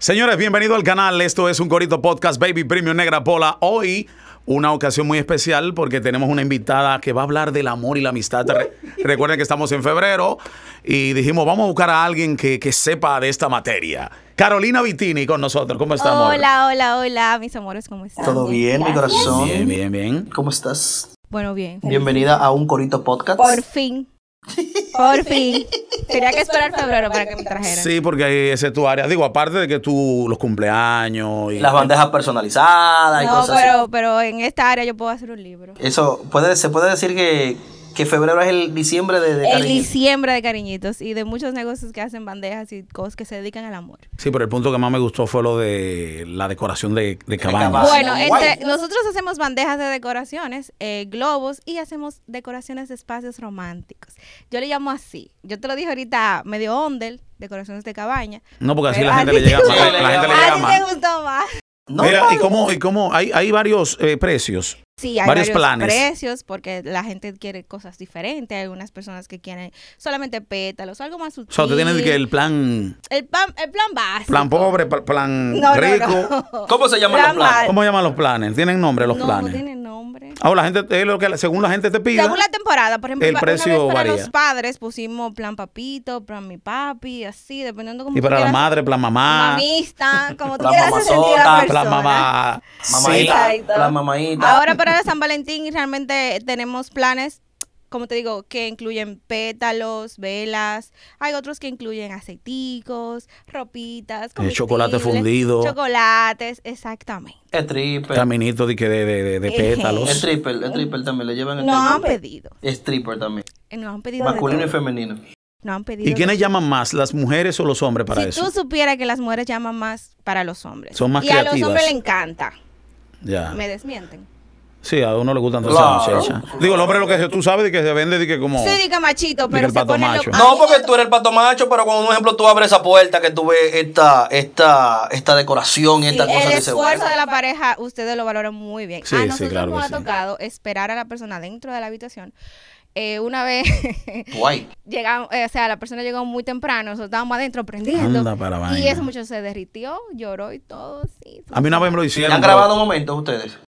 Señores, bienvenido al canal. Esto es un Corito Podcast Baby Premium Negra Pola. Hoy una ocasión muy especial porque tenemos una invitada que va a hablar del amor y la amistad. Re- recuerden que estamos en febrero y dijimos, vamos a buscar a alguien que, que sepa de esta materia. Carolina Vitini con nosotros. ¿Cómo está, amor? Hola, hola, hola, mis amores, ¿cómo están? ¿Todo bien, mi corazón? Bien, bien, bien. ¿Cómo estás? Bueno, bien. Bienvenida a un Corito Podcast. Por fin. Por fin. Tenía que esperar febrero para que me trajeran. Sí, porque esa es tu área. Digo, aparte de que tú los cumpleaños y Las bandejas personalizadas y No, cosas así. pero, pero en esta área yo puedo hacer un libro. Eso, puede, se puede decir que, que febrero es el diciembre de, de El cariño. diciembre de cariñitos y de muchos negocios que hacen bandejas y cosas que se dedican al amor. Sí, pero el punto que más me gustó fue lo de la decoración de, de cabañas. cabañas. Ah, Bueno, guay. este, nosotros hacemos bandejas de decoraciones, eh, globos y hacemos decoraciones de espacios románticos. Yo le llamo así. Yo te lo dije ahorita medio ondel, decoraciones de cabaña. No, porque así Pero la a gente ti le llega te más. gustó. La gente le A llega ti más. te gustó más. No, Mira, y cómo, y cómo hay, hay varios eh, precios. Sí, hay Varios varios, planes. precios porque la gente quiere cosas diferentes. Hay unas personas que quieren solamente pétalos, algo más O sutil. sea, usted tiene que el plan, el, plan, el plan básico. plan pobre, pl- plan No, no, rico. no. ¿Cómo se llaman los Plan planes? ¿Cómo llaman los planes? ¿Tienen nombre los no, planes? No tiene nombre. Ah, la gente, es lo que, según la gente te pida. Según la temporada, por ejemplo, el pa- una precio vez para varía. los padres pusimos plan papito, plan mi papi, así, dependiendo cómo Y tú para la quieras. madre, plan mamá, ah, Mamista, como tú Plan quieras hacer sentir a la mamazota, persona. plan mamá. Mamaita. Exacto. La mamaita. Ahora para San Valentín realmente tenemos planes, como te digo, que incluyen pétalos, velas, hay otros que incluyen aceiticos, ropitas, Eh, chocolate comestibles, fundido. chocolates, exactamente. El stripper. Caminito de, que de, de, de- de Ejé. El pétalos. stripper, el stripper también. Le llevan el No han stripper. pedido, Stripper también. eh, no han pedido de Masculino y todo, femenino. no han pedido. ¿Y de quiénes llaman más, las mujeres o los hombres para si eso? tú supieras que las mujeres llaman más para los hombres. Son más y a los creativas. Ah. hombres les encanta. Ya. Me desmienten. Sí, a uno le gustan todas Claro. esas muchachas. Digo, el hombre lo que se- tú sabes de que se vende de que como... Sí, diga Diga machito, pero el se pato ponen macho. lo- No, porque tú eres el pato macho, pero cuando, por ejemplo, tú abres esa puerta que tú ves esta, esta, esta decoración Sí, y esta cosa el que se esfuerzo guarda. de la pareja, ustedes lo valoran muy bien. Sí, a sí, nosotros claro nos que ha sí. tocado esperar a la persona dentro de la habitación. Eh, una vez Guay. llegamos, eh, o sea, la persona llegó muy temprano, nosotros estábamos adentro prendiendo. Anda para y vaina. ese muchacho se derritió, lloró y todo. Sí, A mí una vez me lo hicieron. ¿Ya han pero- grabado momentos ustedes?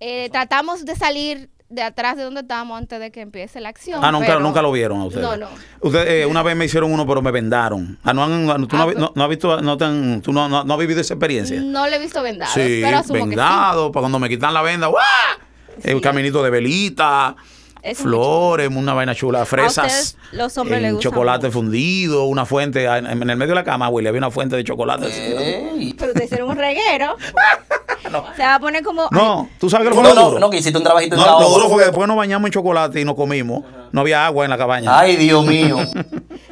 Eh, tratamos de salir de atrás de donde estábamos antes de que empiece la acción. Ah, nunca, pero- nunca lo vieron a ustedes. No, no. Usted, eh, una vez me hicieron uno, pero me vendaron. Ah, no han, no- tú no, Ah, has vi- pero- no- no has visto, no te han- tú no, no- no has vivido esa experiencia. No le he visto vendado. sí, pero asumo vendado, para cuando me quitan la venda, ¡guau! El caminito de velita, que sí. Ese flores, una vaina chula, fresas. ustedes, los hombres, les en gusta chocolate mucho. fundido, una fuente. ah, En, en el medio de la cama, Willy, había una fuente de chocolate. así. Eh, Ey. Pero te hicieron un reguero. Se va a poner como. No, tú sabes que lo fue Ah, No, lo no, duro. no, que hiciste un trabajito en No, la lo obra. duro fue que después nos bañamos en chocolate y nos comimos. No había agua en la cabaña. Ay, Dios mío.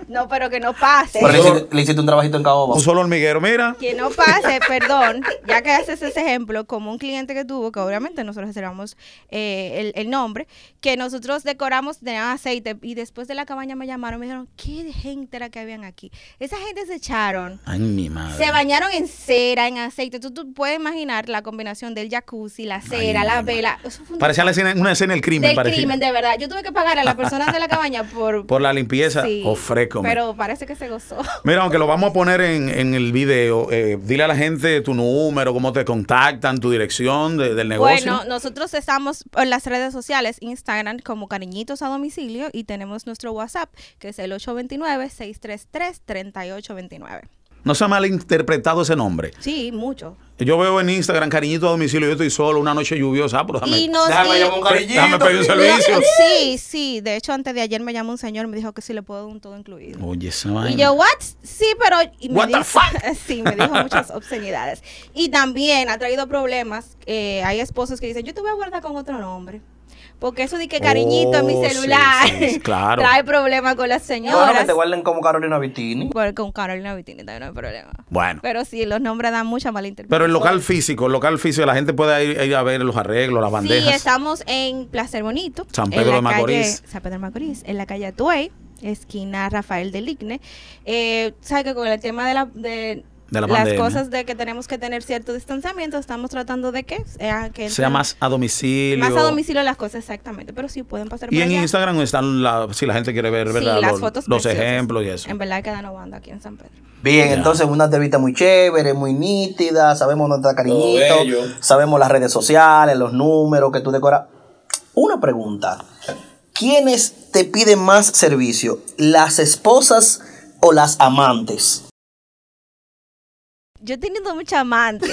No, pero que no pase. Pero le hiciste, le hiciste un trabajito en caoba. Un solo hormiguero, mira. Que no pase, perdón, ya que haces ese ejemplo, como un cliente que tuvo, que obviamente nosotros reservamos eh, el, el nombre, que nosotros decoramos, tenían aceite, y después de la cabaña me llamaron, me dijeron, ¿qué gente era que habían aquí? Esa gente se echaron, Ay, mi madre. se bañaron en cera, en aceite, tú, tú puedes imaginar la combinación del jacuzzi, la cera, Ay, la mi vela, eso fue un Parecía la escena- una escena del crimen, del parecía. crimen, de verdad. Yo tuve que pagar a las personas de la cabaña por... Por la limpieza, Sí, ofrezco. pero parece que se gozó. Mira, aunque lo vamos a poner en, en el video, eh, dile a la gente tu número, cómo te contactan, tu dirección de- del negocio. Bueno, nosotros estamos en las redes sociales, Instagram como Cariñitos a Domicilio y tenemos nuestro WhatsApp que es el 829-633-3829. no se ha malinterpretado ese nombre. Sí, mucho. Yo veo en Instagram, cariñito a domicilio, yo estoy solo, una noche lluviosa, ah, pero dame- Y nos... Déjame y- llamar un cariñito. Déjame pedir un servicio. Sí, sí. De hecho, antes de ayer me llamó un señor me dijo que sí le puedo dar un todo incluido. Oye, esa Y vaina. yo, ¿what? Sí, pero... y me What the dijo- fuck? sí, me dijo muchas obscenidades. Y también ha traído problemas. eh, hay esposos que dicen, yo te voy a guardar con otro nombre. Porque eso de que cariñito en mi Oh, sí, celular sí, sí, claro. trae problemas con las Qué bueno que señoras. te guarden como Carolina Vitini. Bueno, con Carolina Vitini también no hay problema. Bueno. Pero sí, los nombres dan mucha mala interpretación. Pero el local físico, el local físico, la gente puede ir, ir a ver los arreglos, las Sí, bandejas. estamos en Placer Bonito. San en Pedro la de Macorís. calle- San Pedro de Macorís, en la calle Atuey, esquina Rafael del Igne. Eh, ¿Sabes que con el tema de la... de- de la las pandemia. cosas de que tenemos que tener cierto distanciamiento, estamos tratando de que sea, que sea entren- más a domicilio. más a domicilio las cosas, exactamente. Pero sí pueden pasar Y por en allá. Instagram están, la- si la gente quiere ver, Sí, ¿verdad? las los fotos los preciosas. ejemplos y eso. En verdad quedan obando aquí en San Pedro. Bien, Ya. entonces una entrevista muy chévere, muy nítida, sabemos dónde está Todo cariñito, bello. sabemos las redes sociales, los números que tú decoras. Una pregunta, ¿quiénes te piden más servicio? ¿Las esposas o las amantes? Yo he tenido mucha amante.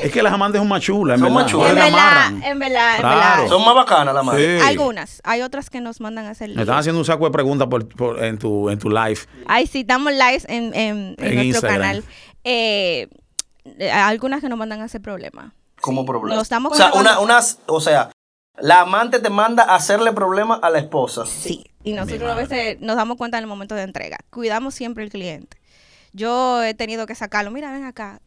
Es que las amantes son más chulas, en Son verdad. más chulas. Ustedes en la verdad, amarran. en verdad, en Claro. verdad. Son más bacanas las Sí. Algunas, hay otras que nos mandan a hacer Me están haciendo un saco de preguntas por- por- en, tu, en tu live. Ahí sí, damos likes en, en- en En nuestro Instagram. canal. Eh, eh, algunas que nos mandan a hacer problema. Como problema. Nos estamos o sea, una, conservando. unas, o sea, la amante te manda a hacerle problema a la esposa. Sí. Y nosotros a madre. veces nos damos cuenta en el momento de entrega. Cuidamos siempre el cliente. Yo he tenido que sacarlo. Mira, ven acá.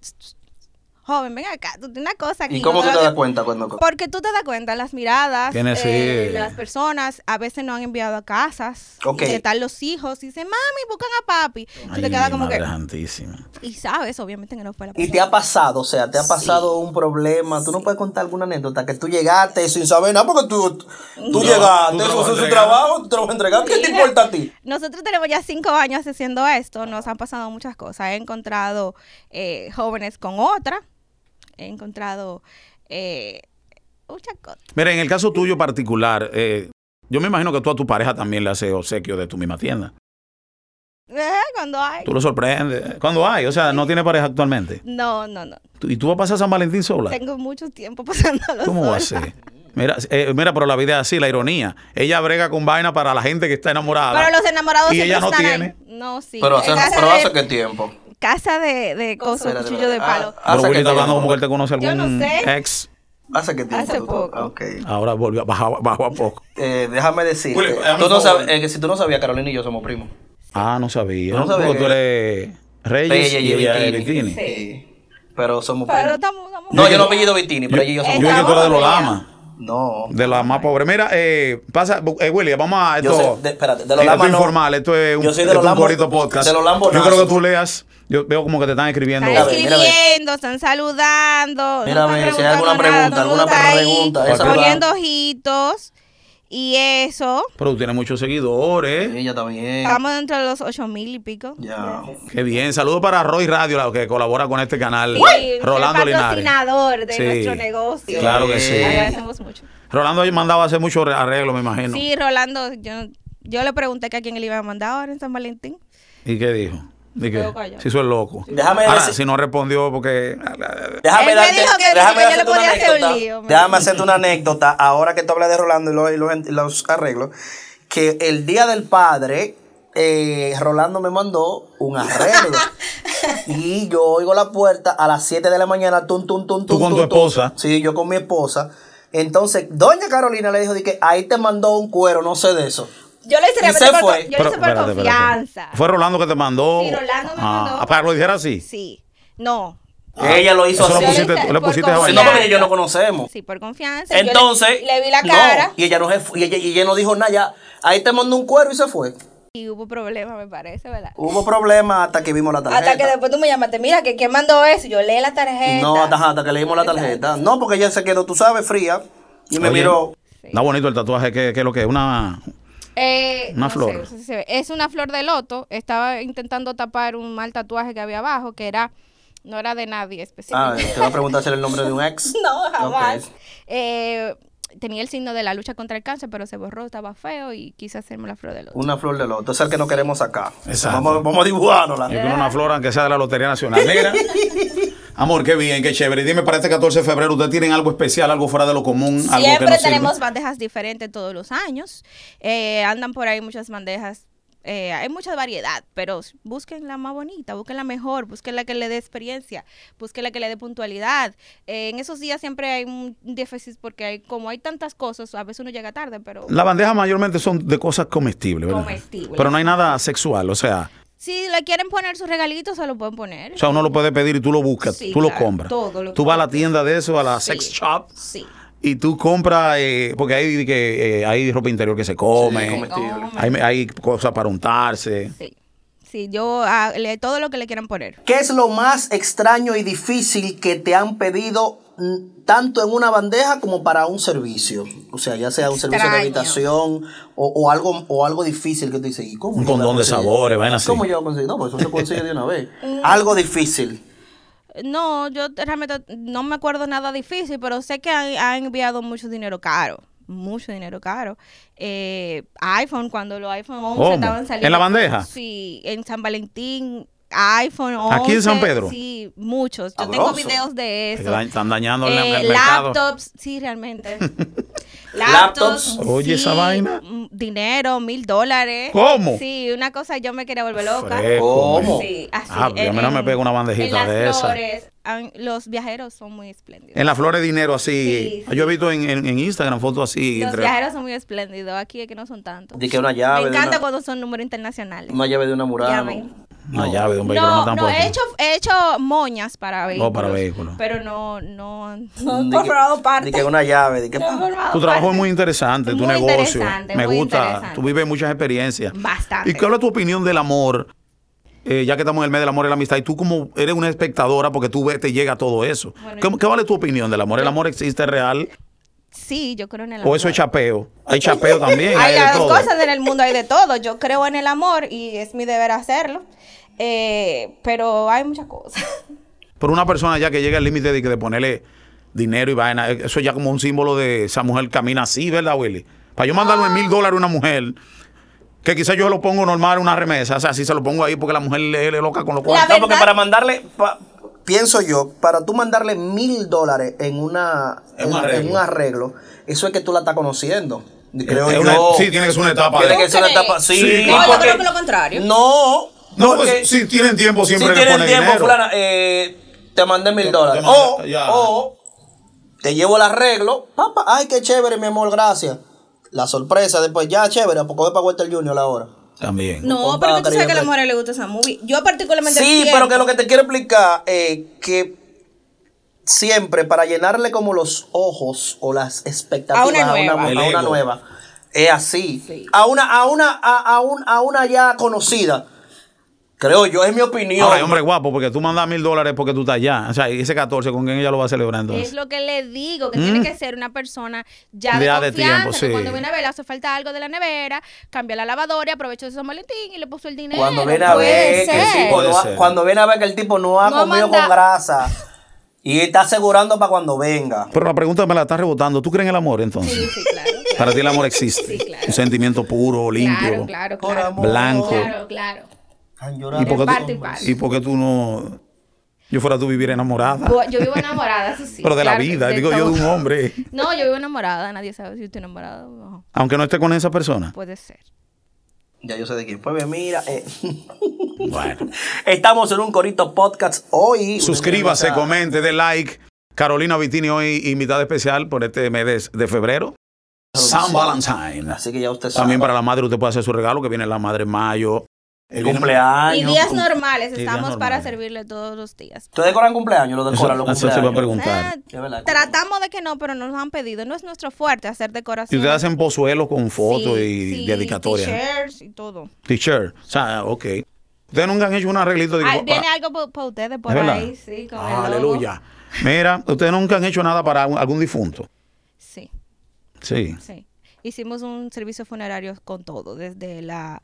Joven, ven acá. Tú tienes una cosa aquí. ¿Y cómo no tú lo te das que- cuenta cuando Porque tú te das cuenta, las miradas Tiene, eh, sí. de las personas a veces no han enviado a casas. Ok. ¿Qué tal los hijos? Y dicen, mami, buscan a papi. Tú Ay, te quedas como madre que. santísima. Y sabes, obviamente, que no fue la Y te ha pasado, o sea, te ha pasado un problema. Tú no puedes contar alguna anécdota que tú llegaste sin saber nada porque tú, tú No, llegaste, tú te lo eso vas a es su entregar. trabajo, tú te lo vas a entregar. ¿Qué te Sí. importa a ti? Nosotros tenemos ya cinco años haciendo esto, nos han pasado muchas cosas. He encontrado eh, jóvenes con otra, he encontrado eh, muchas cosas. Mira, en el caso tuyo particular, eh, yo me imagino que tú a tu pareja también le haces obsequio de tu misma tienda. Eh, cuando hay... Tú lo sorprendes. Cuando hay, o sea, no tiene pareja actualmente. No, no, no. Tú- ¿Y tú vas a pasar San Valentín sola? Tengo mucho tiempo pasándolo ¿Cómo va a sola. ser? Mira, eh, mira, pero la vida es así, la ironía. Ella brega con vaina para la gente que está enamorada. Pero los enamorados Y siempre ella no están ahí. tiene. No, sí. Pero En hace, casa pero de- hace qué tiempo. Casa de, de cosas, Espérate, cuchillo de espérate. palo. Pero Hace Willy que está tiempo. hablando como que él te conoce Yo no algún sé. ex. Hace qué tiempo. Hace tú- poco. ok. Ahora volvió, bajó, bajó a poco. Eh, déjame decir, Willy, hazme tú un favor. no sabes, eh, que si tú no sabías, Carolina y yo somos primos. Ah, no sabía. No sabía Porque tú que- eres Reyes, Ella y ella es Vitini. Sí. Pero Ah, somos Pero primos. estamos, estamos- No, yo no apellido Vitini, pero ella y yo Yo somos dije que tú eres de los Estamos lamas. primos. No. De las más pobres. Mira, eh, pasa, eh, Willy, vamos a Yo esto. sé, de- espérate, de los esto lamas es no. informal, esto es un, Yo soy de esto los es un lambos- corito podcast. de los lambos yo creo que nazos. tú leas, yo veo como que te están escribiendo. Están Mira, ve, mira, ve. escribiendo, están saludando. Mira, no están ve, si hay preguntando alguna nada, pregunta, todo el mundo alguna está ahí pregunta, esa Poniendo ojitos y eso. Pero tú tienes muchos seguidores. Ella también. Estamos dentro de los ocho mil y pico. Ya. Qué bien. Saludos para Roy Radio, la que colabora con este canal. Y Rolando el Linares. patrocinador de Sí. nuestro negocio. Claro que sí. Le Agradecemos mucho. Rolando ha mandado a hacer muchos re- arreglos, me imagino. Sí, Rolando, yo, yo le pregunté que a quién le iba a mandar ahora en San Valentín. ¿Y qué dijo? ¿Y qué? Quedó callado. Si soy loco. Déjame Ahora, decir- si no respondió porque... Déjame Él me darte, dijo que- déjame que yo le hacerte una podía hacer un anécdota. lío, me déjame dijo. hacerte una anécdota. Ahora que tú hablas de Rolando y los, y los- y los arreglos, que el día del padre, eh, Rolando me mandó un arreglo. y yo oigo la puerta a las 7 de la mañana, tum, tum, tum, Tú tum, con tum, tu tum. esposa. Sí, yo con mi esposa. Entonces, doña Carolina le dijo de que ahí te mandó un cuero, no sé de eso. Yo le hice Y realmente se por, fue. yo le hice por espérate, espérate. confianza. Fue Rolando que te mandó. Sí, Rolando me Ah, mandó. Para que lo dijera así. Sí. No. Ella lo hizo Ah. Eso lo así. Yo pusiste, hice tú le por pusiste a Sí, bailar. no, porque yo no conocemos. Sí, por confianza. Yo le- Entonces, le, vi la no, cara. y ella no se fu- y ella, y ella no dijo nada. ya, ahí te mandó un cuero y se fue. Y hubo problemas, me parece, ¿verdad? Hubo problemas hasta que vimos la tarjeta. Hasta que después tú me llamaste, mira, que quién mandó eso. Yo leí la tarjeta. No, hasta, hasta que le dimos la tarjeta. No, porque ella se quedó, tú sabes, fría. Y me Oye. miró. Está bonito el tatuaje, que, que es lo que es una... Eh, Una no flor. sé, no sé si se ve. Es una flor de loto. Estaba intentando tapar un mal tatuaje que había abajo, que era, no era de nadie Ah, específico. te va a preguntar si era el nombre de un ex. no, jamás. Ok. Eh, tenía el signo de la lucha contra el cáncer, pero se borró, estaba feo y quise hacerme la flor de loto. Una flor de loto. Es el que no queremos sacar. Exacto. Vamos, vamos a dibujárnosla. Yo quiero una flor, aunque sea de la Lotería Nacional. Mira. Amor, qué bien, qué chévere. Y Dime, para este 14 de febrero, ¿ustedes tienen algo especial, algo fuera de lo común? algo que Siempre nos sirve? tenemos bandejas diferentes todos los años. Eh, andan por ahí muchas bandejas. eh, hay mucha variedad, pero s- busquen la más bonita, busquen la mejor, busquen la que le dé experiencia, busquen la que le dé puntualidad. Eh, en esos días siempre hay un déficit porque hay, como hay tantas cosas, a veces uno llega tarde, pero Las bandejas mayormente son de cosas comestibles, ¿verdad? Comestibles. Pero no hay nada sexual, o sea, si le quieren poner sus regalitos, se lo pueden poner. o sea, uno lo puede pedir y tú lo buscas, Sí, tú lo claro, compras. todo lo tú que- vas a la tienda de eso, a la Sí. sex shop, Sí. y tú compras, eh, porque hay, que, eh, hay ropa interior que se come, comestible. Come. hay, hay cosas para untarse. Oh, Sí. Sí, yo ah, le- todo lo que le quieran poner. ¿Qué es lo más extraño y difícil que te han pedido mm, tanto en una bandeja como para un servicio? O sea, ya sea un servicio de Extraño. habitación o, o algo, o algo difícil que tú dices, ¿y cómo? Un yo condón lo de conseguí? sabores, vaina así. ¿Cómo yo lo conseguí? No, pues eso se consigue de una vez. Mm. algo difícil. No, yo realmente no me acuerdo nada difícil, pero sé que han, han enviado mucho dinero caro. Mucho dinero caro. Eh, iPhone, cuando los iPhone 11 ¿Cómo? estaban ¿En saliendo. la bandeja? Sí, en San Valentín, iPhone 11. ¿Aquí en San Pedro? Sí, muchos. Yo Sabroso. tengo videos de Que eso. da- Están dañando el- Eh, el mercado. laptops, sí, realmente. Laptops. Oye, esa vaina. mm, Dinero, mil dólares. ¿Cómo? eh, Sí, una cosa, yo me quería volver loca. Fresco, ¿Cómo? men. Sí, así. Ah, yo a mí no me pego una bandejita en las de esas. flores, an- los viajeros son muy espléndidos. En las flores dinero así. Sí, sí. Yo he visto en, en- en Instagram fotos así. los entre- viajeros son muy espléndidos. Aquí es que no son tantos. De que una llave. me de encanta una- cuando son números internacionales. Una llave de una Murano. Llave. Una llave de un vehículo no, No, tampoco. no, he hecho, he hecho moñas para vehículos. Oh, para vehículos. Pero no, no, no Di he que- formado di parte. que una llave. di que- No he formado Tu trabajo es parte. muy interesante, tu Muy negocio. interesante, Me muy gusta. interesante. Tú vives muchas experiencias. Bastante. ¿Y qué habla tu opinión del amor? Eh, ya que estamos en el mes del amor y la amistad, y tú como eres una espectadora porque tú ves, te llega todo eso. Bueno, ¿Qué, yo- qué vale tu opinión del amor? ¿El amor existe real Sí, yo creo en el amor. o eso es chapeo? Hay chapeo también, hay, Hay de las todo. cosas en el mundo, hay de todo. Yo creo en el amor y es mi deber hacerlo. Eh, pero hay muchas cosas. Pero una persona ya que llega al límite de, que- de ponerle dinero y vaina, eh, eso ya como un símbolo de esa mujer camina así, ¿verdad, Willy? Para yo mandarle Ah. mil dólares a una mujer, que quizás yo lo pongo normal en una remesa, o sea, así se lo pongo ahí porque la mujer le, le loca con lo cual. La No, porque verdad- para mandarle. pa- pienso yo, para tú mandarle mil dólares en una. En un en- arreglo. en un arreglo, eso es que tú la estás conociendo. Creo Es yo. una- sí, tiene que ser una etapa. Tiene de- que ser una etapa. Sí, Sí. No, yo porque- creo que lo contrario. No. No, porque pues, si tienen tiempo si siempre le tienes ponen tiempo, dinero. fulana, eh, te mandé Te- mil te dólares. mandé- O, ya. o te llevo el arreglo. Papá, ay, qué chévere, mi amor, gracias. La sorpresa después, ya chévere, porque voy para Walter Junior la hora. También. No, pero que tú sabes que a las mujeres les gusta esa movie. Yo particularmente Sí, siento- pero que lo que te quiero explicar es que siempre para llenarle como los ojos o las expectativas A una a nueva. una, El a una ego. nueva es así. Sí. A una a una a, a un- a una ya conocida. Creo yo, es mi opinión. Ahora, hay hombre guapo, porque tú mandas mil dólares porque tú estás allá. O sea, y ese 14, ¿con quién ella lo va a celebrar Es entonces? lo que le digo, que tiene que ser una persona ya de, Ya Mm. de confianza. tiempo, que sí. Cuando viene a ver, le hace falta algo de la nevera, cambia la lavadora, aprovecho de San Valentín y le puso el dinero. Cuando viene a Puede ver que el ser. tipo no ha- Puede ser. cuando viene a ver que el tipo no ha No ha comido mandado- con grasa y está asegurando para cuando venga. Pero la pregunta me la estás rebotando. ¿Tú crees en el amor entonces? Sí, sí, claro. claro. Para ti el amor existe. Sí, claro. Un sentimiento puro, limpio, Claro, claro, Por claro. amor. blanco. Claro, claro. Están ¿Y llorando. por, qué Parte y tú, parte. y por qué tú no... Yo fuera tú vivir enamorada. Yo- Yo vivo enamorada, eso Pues sí. pero de la claro, vida, digo yo, todo. de un hombre. No, yo vivo enamorada, nadie sabe si yo estoy enamorada o no. Aunque no esté con esa persona. Puede ser. Ya yo sé de quién. Pues bien, mira, eh, Bueno. estamos en un Corito Podcast hoy. Suscríbase, Una comente, dé like. Carolina Vitini hoy invitada especial por este mes de, de febrero. San Valentine. Así que ya usted sabe. También para la madre usted puede hacer su regalo, que viene la madre en mayo. el Viene- Y cumpleaños. días normales, días estamos para normales. servirle todos los días. ¿Ustedes decoran cumpleaños? ¿Lo Eso, decoran los eso se va a cumpleaños? preguntar. Eh, Es verdad. tratamos de que no, pero nos lo han pedido. No es nuestro fuerte hacer decoración. Y ustedes hacen pozuelos con fotos Sí, y sí, dedicatorias. t-shirts y todo. T-shirt. O sea, ok. Ustedes nunca han hecho un arreglito de... para- Ay, Ah, viene algo para ustedes por ah, ¿Es verdad? ahí, sí, con el Ah, logo. aleluya. Mira, ustedes nunca han hecho nada para un- algún difunto. Sí, Sí. sí. Hicimos un servicio funerario con todo, desde la,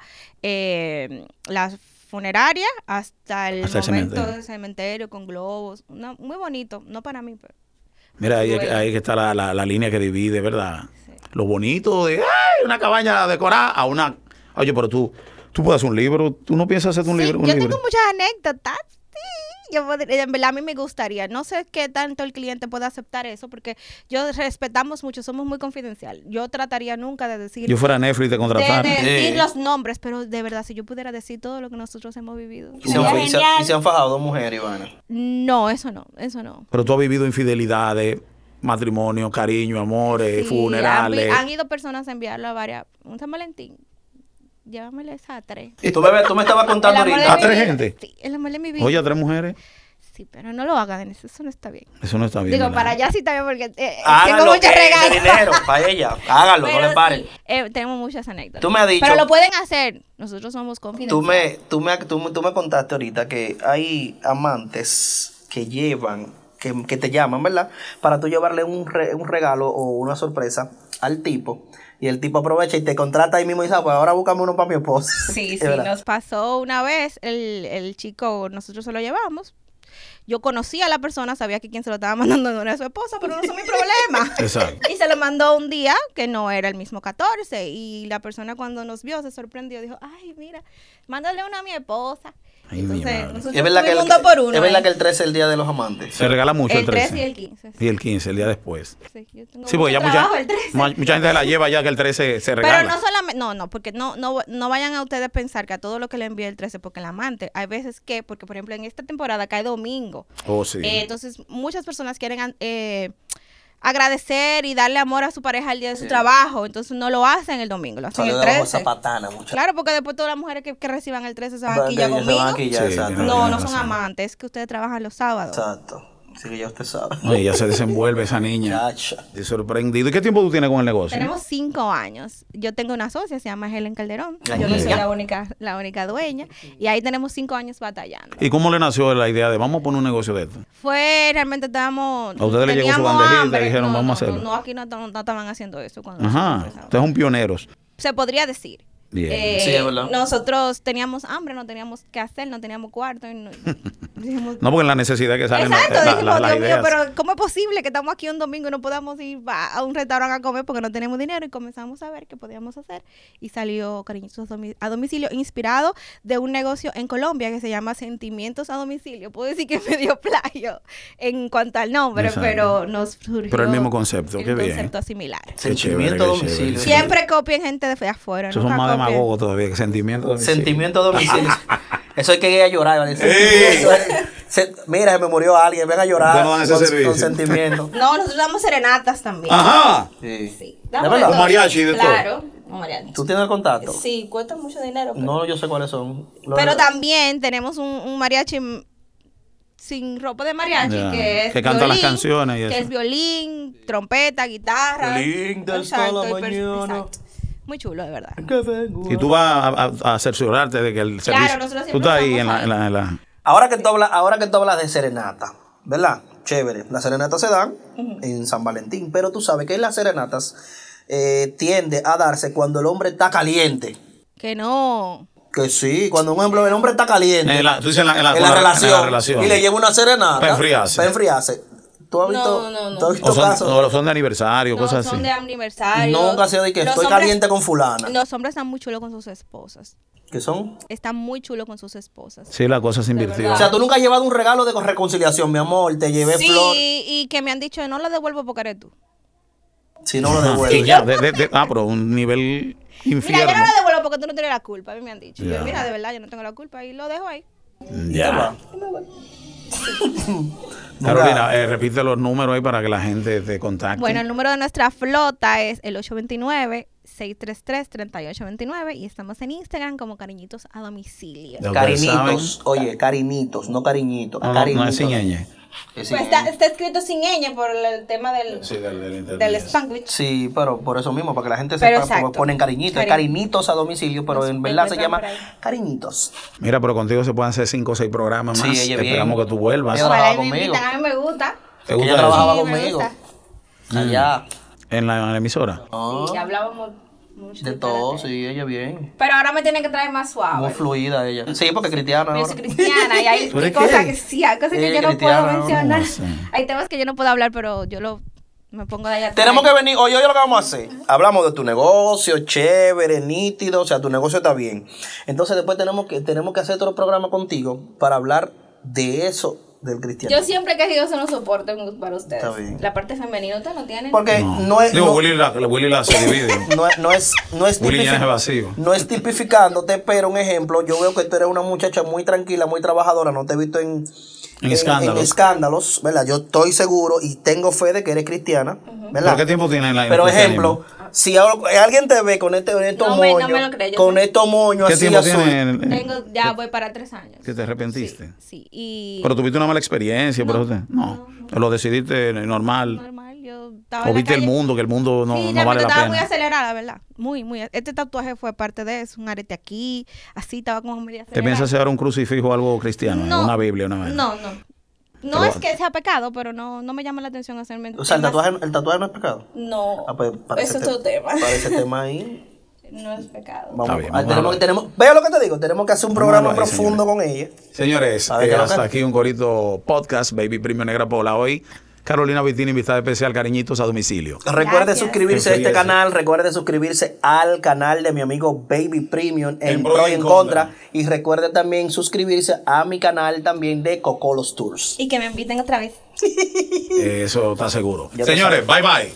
eh, la funeraria hasta el Hasta el momento cementerio. del cementerio con globos. Una- muy bonito, no para mí, pero Mira, ahí, Bueno. ahí que está la, la- la línea que divide, ¿verdad? Lo bonito de ay, una cabaña decorada a una. Oye, pero tú, tú puedes hacer un libro. ¿Tú no piensas hacer un Sí, libro? un yo libro? tengo muchas anécdotas. sí. Yo podría- en verdad a mí me gustaría. No sé qué tanto el cliente puede aceptar eso porque yo respetamos mucho, somos muy confidencial. Yo trataría nunca de decir, Yo fuera Netflix te de contratar. decir Sí. los nombres, pero de verdad si yo pudiera decir todo lo que nosotros hemos vivido. Y se, han, sería y se- genial. y se han fajado dos mujeres, Ivana. No, eso no, eso no. Pero tú has vivido infidelidades, matrimonio, cariño, amores, Sí, Han, funerales. vi- han ido personas a enviarlo a varias. Un San Valentín. Llévamele esa a tres. Tú, bebé, tú me estabas El contando amor de ¿A ahorita. mi tres vida- gente? Sí, el amor de mi vida. Oye, a tres mujeres. sí, pero no lo hagan, eso, eso no está bien. Eso no está bien. Digo, ¿verdad? para allá sí está bien porque eh, Hágalo. tengo muchos eh, de regalos. dinero, para ella. Hágalo, Pero no le sí. paren. Eh, tenemos muchas anécdotas. Tú me has dicho- Pero lo pueden hacer. Nosotros somos confidenciales. Tú me, tú, me, tú, me- tú me contaste ahorita que hay amantes que llevan, que, que te llaman, ¿verdad? Para tú llevarle un, re- un regalo o una sorpresa al tipo. Y el tipo aprovecha y te contrata ahí mismo y dice, "Ah, pues ahora búscame uno para mi esposa. Sí, Es sí, verdad. Nos pasó una vez, el, el chico, nosotros se lo llevamos. Yo conocía a la persona, sabía que quien se lo estaba mandando no era su esposa, pero no es mi problema. Exacto. Y se lo mandó un día que no era el mismo 14. Y la persona cuando nos vio se sorprendió. Dijo, ay, mira, mándale una a mi esposa. Ay, mi Entonces, madre. nosotros Es verdad, que el, tuvimos dos por uno es verdad ahí. que el 13 es el día de los amantes. Se regala mucho el el 13 13. y el 15. Y el 15, el día después. Sí, yo tengo Sí, porque ya mucho mucha, trabajo el 13. ma- mucha gente se la lleva ya que el 13 se regala. Pero no solamente, no, no, porque no, no, no vayan a ustedes pensar que a todo lo que le envíe el 13, porque el amante, hay veces que, porque por ejemplo en esta temporada cae domingo, Oh, sí. Eh, entonces muchas personas quieren an- eh, agradecer y darle amor a su pareja el día de su trabajo, entonces no lo hacen el domingo, lo hacen Sale el de abajo 13. zapatana, muchachos. Claro, porque después todas las mujeres que, que reciban el 13 se van Porque aquí ya ellos se van conmigo. aquí ya, Sí, exacto. tiene No, Tienes no son razón. amantes, es que ustedes trabajan los sábados. Exacto. Así que ya usted sabe. Ay, ella se desenvuelve esa niña. Muchacha. Estoy sorprendido. ¿Y qué tiempo tú tienes con el negocio? Tenemos cinco años. Yo tengo una socia, se llama Helen Calderón. Ah, Ay, Yo no soy mira. la única, la única dueña. Y ahí tenemos cinco años batallando. ¿Y cómo le nació la idea de vamos a poner un negocio de esto? Fue realmente estábamos. A ustedes les llegó su teníamos bandejita y hambre. dijeron, No, "Vamos a no, hacerlo". No, no, aquí no, no- no estaban haciendo eso cuando Ajá. nosotros Ustedes empezamos. son pioneros. Se podría decir. Bien. Eh, Sí, es verdad. nosotros teníamos hambre, no teníamos qué hacer, no teníamos cuarto. y no- dijimos, No, porque la necesidad que salen Exacto, la- la- dijimos, la- las Dios mío, ideas. pero ¿cómo es posible que estamos aquí un domingo y no podamos ir a a un restaurante a comer porque no tenemos dinero? Y comenzamos a ver qué podíamos hacer. Y salió Cariñitos a Domi- a domicilio, inspirado de un negocio en Colombia que se llama Sentimientos a Domicilio. Puedo decir que me dio plagio en cuanto al nombre, Exacto. pero nos surgió. Pero el mismo concepto, el qué bien. concepto similar. Qué Sentimiento a qué chévere. domicilio. Siempre copien gente de afuera. Esos nunca son más copien. demagogos todavía que sentimiento de domicilio. Sentimiento a domicilio. Eso hay que ir a llorar, ¿vale? ¡Ey! Se- mira, se me murió alguien, ven a Ustedes llorar no dan ese con, servicio. con sentimiento. No, nosotros damos serenatas Ah. también. Ajá. Sí. Sí. ¿De Damos verdad? todo. Con mariachi y de todo. Claro, con mariachi. ¿Tú tienes el contacto? Sí, cuesta mucho dinero. pero- No, yo sé cuáles son. Lo- Pero también tenemos un, un mariachi m- sin ropa de mariachi, Ya, que es que canta las violín, canciones y que eso. es violín, trompeta, guitarra. Linda está Exacto, la y per- mañana. exacto. Muy chulo, de verdad. Que vengo Y tú vas a, a- a cerciorarte de que el servicio. nosotros tú siempre estás ahí estamos en la, ahí. en la- en la- Ahora que tú hablas, ahora que tú hablas de serenata, ¿verdad? Chévere. Las serenatas se dan en San Valentín, pero tú sabes que las serenatas eh, tiende a darse cuando el hombre está caliente. Que no. Que sí, cuando un hombre, el hombre está caliente. en la- tú dices en la, en la- en con la- la, en la relación, relación. y le lleva una serenata Pa' enfriarse. pa' enfriarse. ¿Tú has No, visto, no, no. ¿tú has visto o son, casos? o son de aniversario, No, cosas son así. de aniversario. Nunca se de que Los estoy hombres- caliente con fulana. Los hombres están muy chulos con sus esposas. ¿Qué son? Están muy chulos con sus esposas. Sí, la cosa se invirtió. O sea, tú nunca has llevado un regalo de reconciliación, mi amor. Te llevé Sí, flor. y que me han dicho, no lo devuelvo porque eres tú. Si no lo Y devuelves. ya, de- de- de- ah, pero un nivel infierno. Mira, yo no lo devuelvo porque tú no tienes la culpa. A mí me han dicho. Yo, Ya. mira, de verdad, yo no tengo la culpa y lo dejo ahí. Ah. ya. Carolina, eh, repite los números ahí para que la gente te contacte. Bueno, el número de nuestra flota es el 829-633-3829 y estamos en Instagram como cariñitos a domicilio. Ya ustedes saben. Ah, Carinitos, oye, carinitos, no cariñitos. No, no, carinitos. no es sin ñ. Es sin Pues está, ñ. está escrito sin ñ por el, el tema del, del spanglish. Sí, pero por eso mismo, para que la gente Pero sepa, exacto. porque ponen cariñitos, Cari- carinitos a domicilio, pero en verdad se encuentran llama por ahí. cariñitos. Mira, pero contigo se pueden hacer cinco o seis programas Sí, más. ella bien. Esperamos que tú vuelvas. Ella trabajaba Ojalá y me conmigo. invitan, a mí me gusta. ¿Te Ella gusta trabajaba Sí, me conmigo. gusta. Allá. eso? ¿En la, en la emisora? Ah, Sí, hablábamos mucho. de todo, sí, ella bien. Pero ahora me tienen que traer más Muy suave. fluida ella. Sí, porque cristiana Yo ahora. soy Pues cristiana y hay ¿Tú eres cosas qué? que sí, hay cosas que yo Eh, no puedo cristiana, ¿no? mencionar. ¿Cómo así? Hay temas que yo no puedo hablar, pero yo lo me pongo de allá. Tenemos que venir, oye, oye lo que vamos a hacer. Hablamos de tu negocio, chévere, nítido, o sea, tu negocio está bien. Entonces después tenemos que, tenemos que hacer otro programa contigo para hablar de eso del cristiano. Yo siempre he querido ser un soporte para ustedes. Está bien. La parte femenina ustedes no tienen. Porque no, es... Digo, no- Willy, la, Willy la se divide. no, es- no es, no es Willy llena tipifi- ese vacío. No es tipificándote, pero un ejemplo, yo veo que tú eres una muchacha muy tranquila, muy trabajadora, no te he visto en, En escándalos. en escándalos, ¿verdad? Yo estoy seguro y tengo fe de que eres cristiana, ¿verdad? ¿Pero qué tiempo tiene en este la en Pero el cristianismo? ejemplo, Si algo- alguien te ve con este, con estos No me- no moños, me lo creo, yo con sé. estos moños ¿Qué así tiempo azul, tiene? el- Tengo, ya voy para tres años. que te arrepentiste? Sí, sí, y... Pero tuviste una mala experiencia, por eso te- No, lo decidiste normal. normal, yo estaba O en la viste el calle. mundo, que el mundo no, no sí, realmente vale la estaba muy pena. acelerada, ¿verdad? Muy, muy. Este tatuaje fue parte de eso, un arete aquí, así, estaba como muy acelerada. ¿Te piensas llevar un crucifijo o algo cristiano? Una Biblia, una vaina? No, no. No Pero- es que sea pecado, pero no, no me llama la atención hacerme. O sea, el temas- tatuaje, el tatuaje no es pecado. No, Ah, pues, para eso ese es otro te- tema. Para ese tema ahí. No es pecado. Vamos, Está bien, ah, vamos a tenemos, hablar. tenemos, vea lo que te digo, tenemos que hacer un Vamos a programa hablar ahí, profundo con ella. Señores, A ver, eh, ¿qué hasta pasa? aquí un corito podcast, Baby Premio Negra Pola. Hoy, Carolina Vitini, invitada especial, cariñitos a domicilio. Recuerde Gracias. suscribirse a este Suscríbase. canal, recuerde suscribirse al canal de mi amigo Baby Premium en, En Pro y en contra. Y recuerde también suscribirse a mi canal también de Cocolos Tours. Y que me inviten otra vez. Eh, Eso está seguro. Ya te Señores, bye bye.